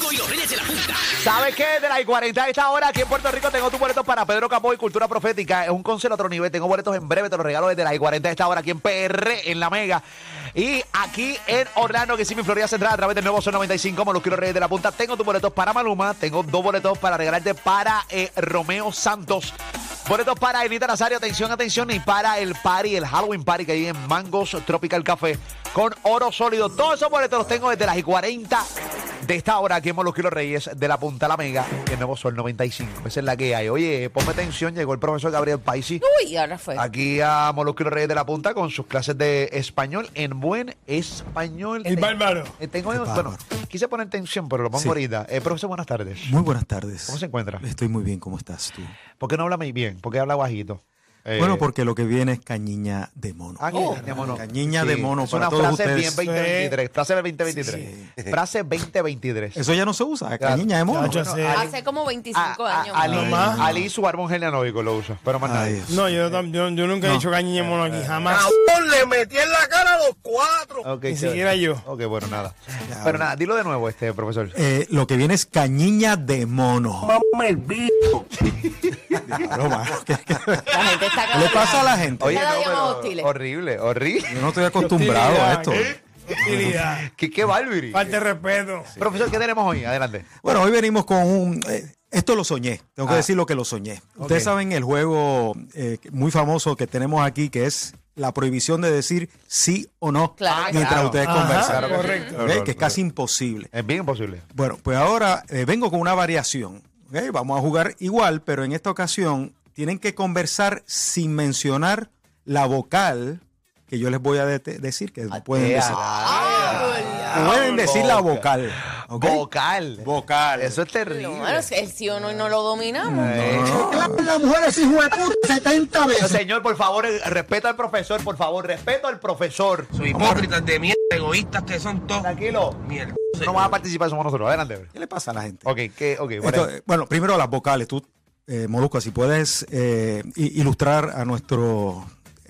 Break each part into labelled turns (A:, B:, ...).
A: Julio Reyes de la Punta.
B: ¿Sabes qué? De las 40 a esta hora aquí en Puerto Rico tengo tus boletos para Pedro Capó y Cultura Profética. Es un concierto a otro nivel. Tengo boletos en breve, te los regalo desde las 40 a esta hora aquí en PR, en La Mega. Y aquí en Orlando, que sí, mi Florida Central, a través del nuevo Son 95, Molusquero Reyes de la Punta. Tengo tus boletos para Maluma. Tengo dos boletos para regalarte para eh, Romeo Santos. Boletos para Elita Nazario, atención, atención, y para el party, el Halloween party que hay en Mangos Tropical Café con oro sólido. Todos esos boletos los tengo desde las y 40 de esta hora aquí en Molusquilo Reyes, de la Punta a la Mega, y el nuevo Sol 95. Esa es la que hay. Oye, ponme atención, llegó el profesor Gabriel Paisi
C: Uy, ahora fue.
B: aquí a Molusquilo Reyes de la Punta con sus clases de español en buen español.
D: El
B: Eh,
D: bárbaro.
B: eh, Tengo,
E: El
B: bueno,
E: bárbaro.
B: quise poner tensión, pero lo pongo
E: Sí.
B: ahorita. Eh, profesor, buenas tardes.
E: Muy buenas tardes.
B: ¿Cómo se encuentra?
E: Estoy muy bien, ¿cómo estás tú?
B: ¿Por qué no habla muy bien? ¿Por qué habla bajito? Eh,
E: bueno, porque lo que viene es cañiña de mono.
B: Ah, que
D: Oh.
B: de mono.
E: Cañiña de mono
B: es
E: para
B: una
E: todos
B: frase
E: ustedes.
B: bien 2023. Frase 2023. Frase 2023.
E: Eso ya no se usa,
B: Ya,
E: cañiña de mono.
D: ya, Ah, yo sé.
C: Hace como 25
B: A- a-
C: años.
B: Ali,
D: No más.
B: Ali su árbol genealógico lo usa, pero más
E: Ay,
B: nadie.
E: Dios.
D: No, yo, tam- yo, yo nunca he dicho cañiña de mono aquí, jamás.
A: Ah, le metí en la cara a los cuatro.
B: Ok,
D: Ni
B: chévere.
D: siquiera yo.
B: Ok, bueno, nada.
E: Ya,
B: Pero
E: bueno.
B: nada, dilo de nuevo, este profesor.
E: Eh, lo que viene es cañiña de mono. Claro, mano, que- que- ¿Qué
C: La gente está
E: le pasa a la gente?
B: Oye,
C: Cada día
B: no,
C: más
B: pero
C: hostiles.
B: horrible, horrible.
E: yo no estoy acostumbrado a esto.
D: Hostilidad, ¿qué? Hostilidad.
B: ¿Qué, qué Barbie?
D: Falta de respeto.
B: Profesor, ¿qué tenemos hoy? Adelante.
E: Bueno, hoy venimos con un... eh, esto lo soñé, tengo que
B: Ah.
E: decir lo que lo soñé.
B: Ok.
E: Ustedes saben el juego eh, muy famoso que tenemos aquí, que es la prohibición de decir sí o no
C: Claro,
E: mientras
B: claro.
E: ustedes
D: Ajá,
E: conversan.
D: correcto.
E: ¿ok? Que es casi imposible.
B: Es bien imposible.
E: Bueno, pues ahora eh, vengo con una variación. ¿ok? Vamos a jugar igual, pero en esta ocasión tienen que conversar sin mencionar la vocal que yo les voy a dete- decir, que pueden
B: Eh,
E: decir.
C: Ah,
E: Pueden decir la
B: boca.
E: vocal. ¿ok?
B: Vocal.
E: Vocal.
B: Eso es terrible. Eh,
C: Lo malo es que el sí o no y no lo dominamos.
F: La mujer es hijo de puta 70
B: Pero,
F: veces.
B: Señor, por favor, eh, respeto al profesor, por favor, respeto al profesor.
A: Soy hipócritas de mierda, egoístas que son todos.
B: Tranquilo.
A: Mierda.
B: No vas a participar, somos nosotros. Adelante.
E: ¿Qué le pasa a la gente?
B: Ok, ¿qué? Ok, bueno.
E: Entonces, eh, bueno, primero las vocales. Tú, eh, Molusco, si puedes eh, i- ilustrar a nuestro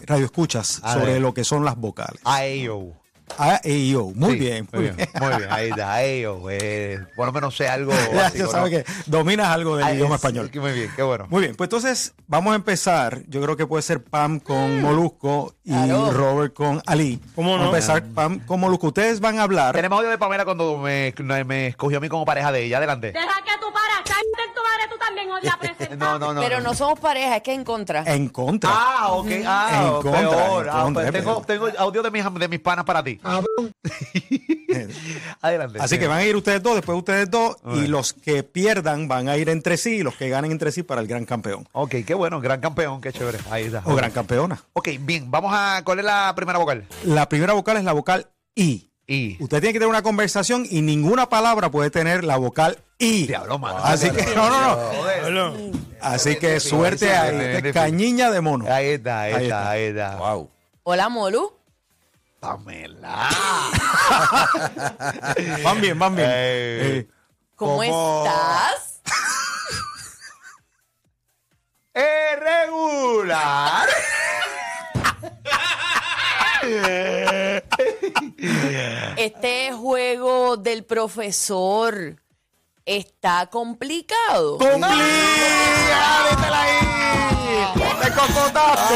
E: radio escuchas
B: A
E: sobre
B: ver.
E: lo que son las vocales.
B: AEO.
E: A, E, I, O. Muy
B: E Sí,
E: bien, muy bien.
B: Muy bien, ahí está, AEO. eh, por lo menos sé algo.
E: Ya,
B: básico,
E: ya
B: ¿no?
E: sabes que dominas algo del
B: Ah,
E: idioma
B: es-
E: español.
B: que Muy bien, qué bueno.
E: Muy bien, pues entonces vamos a empezar. Yo creo que puede ser Pam
B: Mm.
E: con Molusco y
C: Claro.
E: Robert con Ali.
D: ¿Cómo
E: Vamos a
D: no?
E: empezar Pam con Molusco. Ustedes van a hablar.
B: Ah. Tenemos audio de Pamela cuando me, me escogió a mí como pareja de ella. Adelante.
G: Deja que tu para, cállate en tu madre, tú también odia presentar.
B: No, no, no.
C: Pero no somos pareja, es que en contra.
E: En contra.
B: Ah, ok. Ah,
E: En contra,
B: peor.
E: en
B: Ah,
E: contra,
B: pues
E: es
B: tengo, tengo audio de mis, de mis panas para ti. Adelante.
E: Eh, Así que van a ir ustedes dos, después ustedes dos, y
B: Alright.
E: los que pierdan van a ir entre sí, y los que ganen entre sí para el gran campeón.
B: Ok, qué bueno. Gran campeón, qué chévere. Ahí está.
E: O gran campeona.
B: Ok, bien. Vamos a. ¿Cuál es la primera vocal?
E: La primera vocal es la vocal I.
B: I.
E: Usted tiene que tener una conversación y ninguna palabra puede tener la vocal I.
B: Diablo, mano.
E: Así que, no, no, no.
D: Hola.
E: Así que suerte ahí. Esta es Cañiña de mono. Eh.
B: Ahí está, ahí
E: Ahí
B: está,
E: está.
B: ahí está.
H: Wow.
C: Hola, Molu.
B: Pamela.
E: Van bien, van bien.
B: Ey.
E: Eh,
C: ¿Cómo,
B: ¿Cómo?
C: estás?
B: ¡Es eh, regular!
C: Este juego del profesor está complicado.
E: ¡Cumplí! ¡Déjala ahí! ¡Te cocotaste!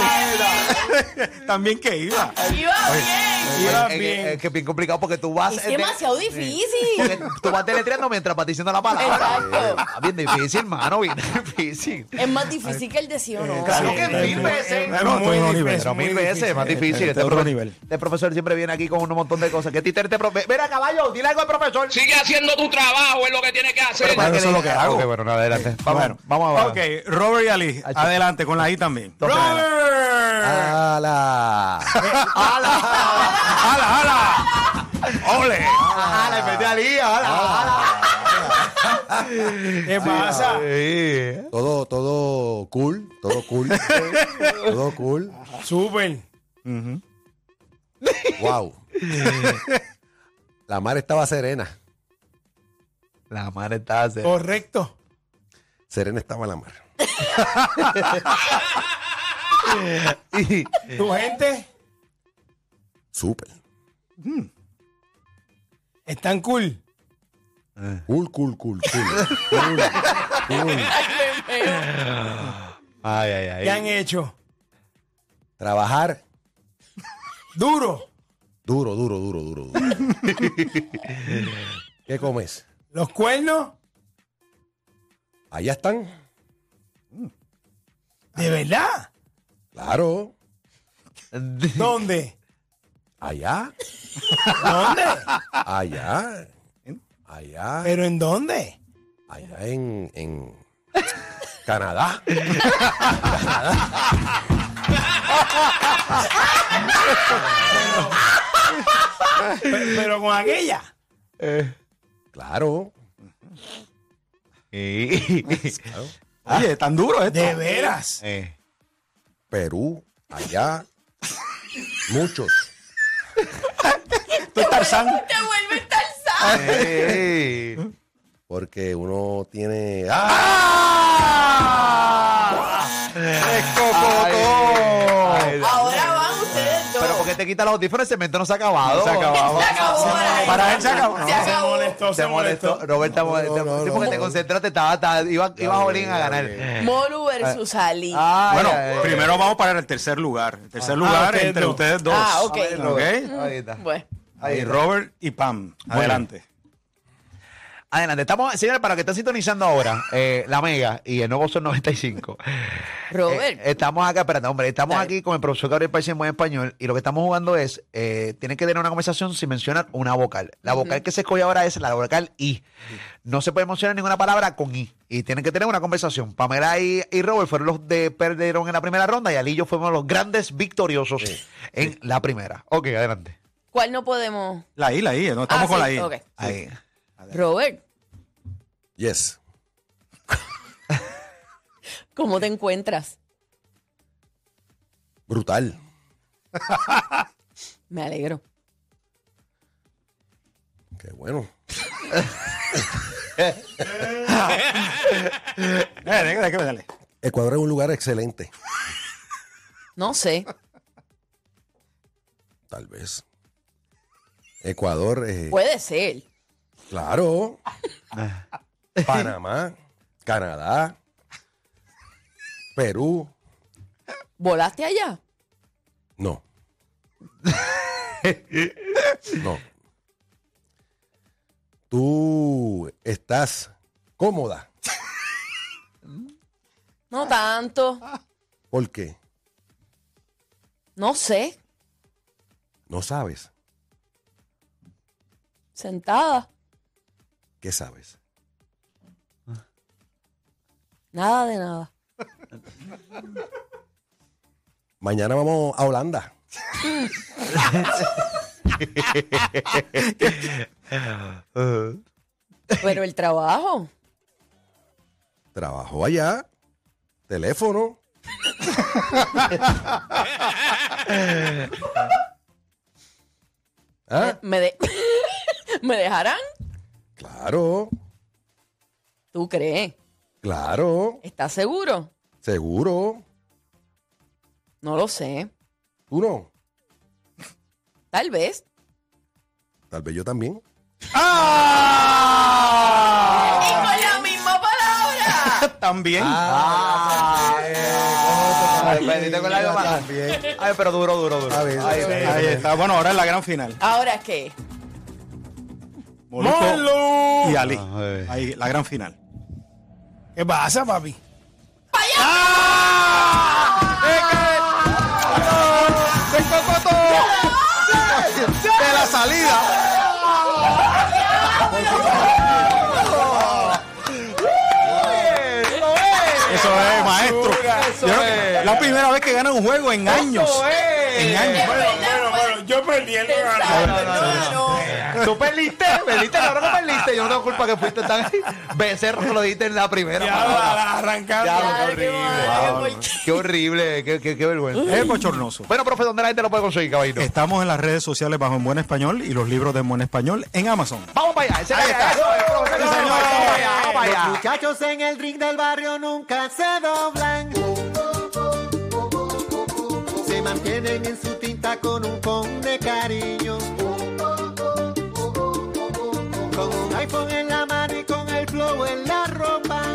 E: También que iba.
C: Iba bien.
D: Iba
B: Es
D: bien.
B: que- es que es bien complicado porque tú vas.
C: Es demasiado difícil.
B: porque tú vas deletreando mientras vas diciendo la palabra.
C: Exacto.
B: Está Bien difícil, hermano, bien difícil.
C: Es más difícil que el de sí o no.
B: Claro
D: Sí,
B: que
D: está
B: mil
D: bien.
B: veces.
D: Es
E: No,
D: muy
E: no, ni
D: difícil,
E: ver,
D: es
B: Pero
D: muy
B: mil veces es más
D: difícil.
B: difícil.
E: Este
B: Este,
E: otro
B: profe-
E: nivel.
B: este profesor siempre viene aquí con un montón de cosas. Que Titer te profe- Mira, caballo, dile algo al profesor.
A: Sigue haciendo tu trabajo, es lo que tienes que hacer.
E: Bueno, eso es lo que hago.
B: Ok, bueno, nada, adelante. Vamos,
E: Bueno,
B: vamos a ver.
E: Ok, Robert y Ali,
B: Ahí está.
E: adelante con la I también.
B: Top primera. ¡Hala! ¡Hala!
E: ¡Hala, hala! ¡Ole!
B: ¡Hala! ¡Le metí a Lía! ¡Hala!
D: ¿Qué pasa?
B: ¡Hala!
H: Todo, todo cool, todo cool, todo cool.
D: Súper.
H: Wow. La mar estaba serena.
B: La madre está haciendo.
D: Correcto.
H: Serena estaba la mar.
D: Tu gente
H: Súper.
D: es tan cool.
H: Cool, cool, cool, cool. cool, cool.
B: Ay, ay, ay.
D: ¿Qué han hecho?
H: Trabajar
D: Duro.
H: duro, duro, duro, duro. duro. ¿Qué comes?
D: Los cuernos.
H: Allá están.
D: ¿De verdad?
H: Claro.
D: ¿Dónde?
H: Allá.
D: ¿Dónde?
H: Allá. Allá.
D: ¿Pero en dónde?
H: Allá en, en Canadá.
D: Pero con aquella.
H: Claro.
B: Y-
H: claro.
E: Oye, tan duro esto.
D: De veras.
B: Eh.
H: Perú. Allá. Muchos.
E: Esto es Tarzán.
C: Te vuelve Tarzán.
B: Ey.
H: Porque uno tiene. ¡Ah!
B: Ay, ay,
C: Ahora van ustedes dos.
B: Pero porque te quita los audífonos, el cemento no se ha acabado.
E: Se ha acabado.
C: se acabó ahora.
E: Para él se acabó.
C: Se
D: Se
C: acabó.
D: molestó,
B: Se molestó. Roberta,
H: No,
B: molestó.
H: no, no,
B: Sí, porque
H: no.
B: te concentraste, estaba, estaba, iba, iba Jolín a
H: ya
B: ganar.
C: Molu versus Ali.
B: Ay,
E: Bueno,
B: ay, ay.
E: primero vamos para el tercer lugar. El tercer lugar
D: ustedes
E: entre
D: dos.
E: ustedes dos.
C: Ah, ok.
E: Ok.
B: Ahí está.
C: Bueno.
E: Ahí, Robert y Pam. Adelante.
B: Adelante, estamos, señores, para los que están sintonizando ahora, eh, la Mega y el nuevo Sol 95.
C: Robert.
B: Eh, estamos acá, espérate, hombre, estamos
C: Dale.
B: aquí con el profesor Gabriel País en buen español y lo que estamos jugando es, eh, tienen que tener una conversación sin mencionar una vocal. La vocal que se escoge ahora es la vocal I. No se puede mencionar ninguna palabra con I. Y tienen que tener una conversación. Pamela y, y Robert fueron los de perdieron en la primera ronda y Ali y yo fuimos los grandes victoriosos en la primera. Ok, adelante.
C: ¿Cuál no podemos?
E: La I, la I. No estamos
C: Ah,
E: con
C: sí,
E: la I.
C: ok.
B: Ahí.
C: Robert,
H: Yes.
C: ¿cómo te encuentras?
H: Brutal.
C: Me alegro.
H: Qué bueno.
E: Dale, dale, dale, dale.
H: Ecuador es un lugar excelente.
C: No sé.
H: Tal vez. Ecuador. eh,
C: Puede ser.
H: Claro. Panamá, Canadá, Perú.
C: ¿Volaste allá?
H: No. No. Tú estás cómoda.
C: No tanto.
H: ¿Por qué?
C: No sé.
H: No sabes.
C: Sentada.
H: ¿Qué sabes?
C: Nada de nada.
H: Mañana vamos a Holanda.
C: Pero el trabajo.
H: Trabajo allá. Teléfono. ¿Ah?
C: Me, de- ¿Me dejarán?
H: Claro,
C: ¿Tú crees?
H: claro,
C: ¿Estás seguro?
H: seguro.
C: No lo sé.
H: Tú no.
C: Tal vez.
H: Tal vez yo también.
C: ¡Y
E: ¡Ah!
C: con la misma palabra!
E: También. Ah,
B: Ay, perdiste con la goma. Ay, pero duro, duro, duro.
H: ver,
B: Ay,
H: a ver.
E: Ahí está. Bueno, ahora es la gran final.
C: ¿Ahora qué?
E: Molusco
D: ¡Molo!
E: y Ali.
B: Ay.
E: Ahí, la gran final.
D: ¿Qué pasa, papi?
E: De la salida. Eso es, maestro. Yo creo que La primera vez que ganan un juego en años.
B: eh!
E: En años.
D: Eh, Bueno, bueno, bueno. Yo perdí el
C: Exacto,
D: ganador.
C: no, no.
B: Tú perdiste, perdiste, cabrón, no perdiste. Yo no tengo culpa que fuiste tan becerro que lo diste en la primera.
D: Ya la,
B: mano.
D: la arrancando.
C: Claro, qué madre, ¿por qué?
B: Qué horrible, qué, qué, qué vergüenza.
E: Es bochornoso.
B: Bueno, profe, ¿dónde la gente lo puede conseguir, caballito?
E: Estamos en las redes sociales bajo En Buen Español y los libros de En Buen Español en Amazon.
B: Vamos para allá, ese es el- eso es, profe,
E: Sí,
B: vamos
E: señor.
B: para allá, vamos para allá.
I: Muchachos en el ring del barrio nunca se doblan. Se mantienen en su tinta con un con de cariño. Con un iPhone en la mano.
D: la ropa.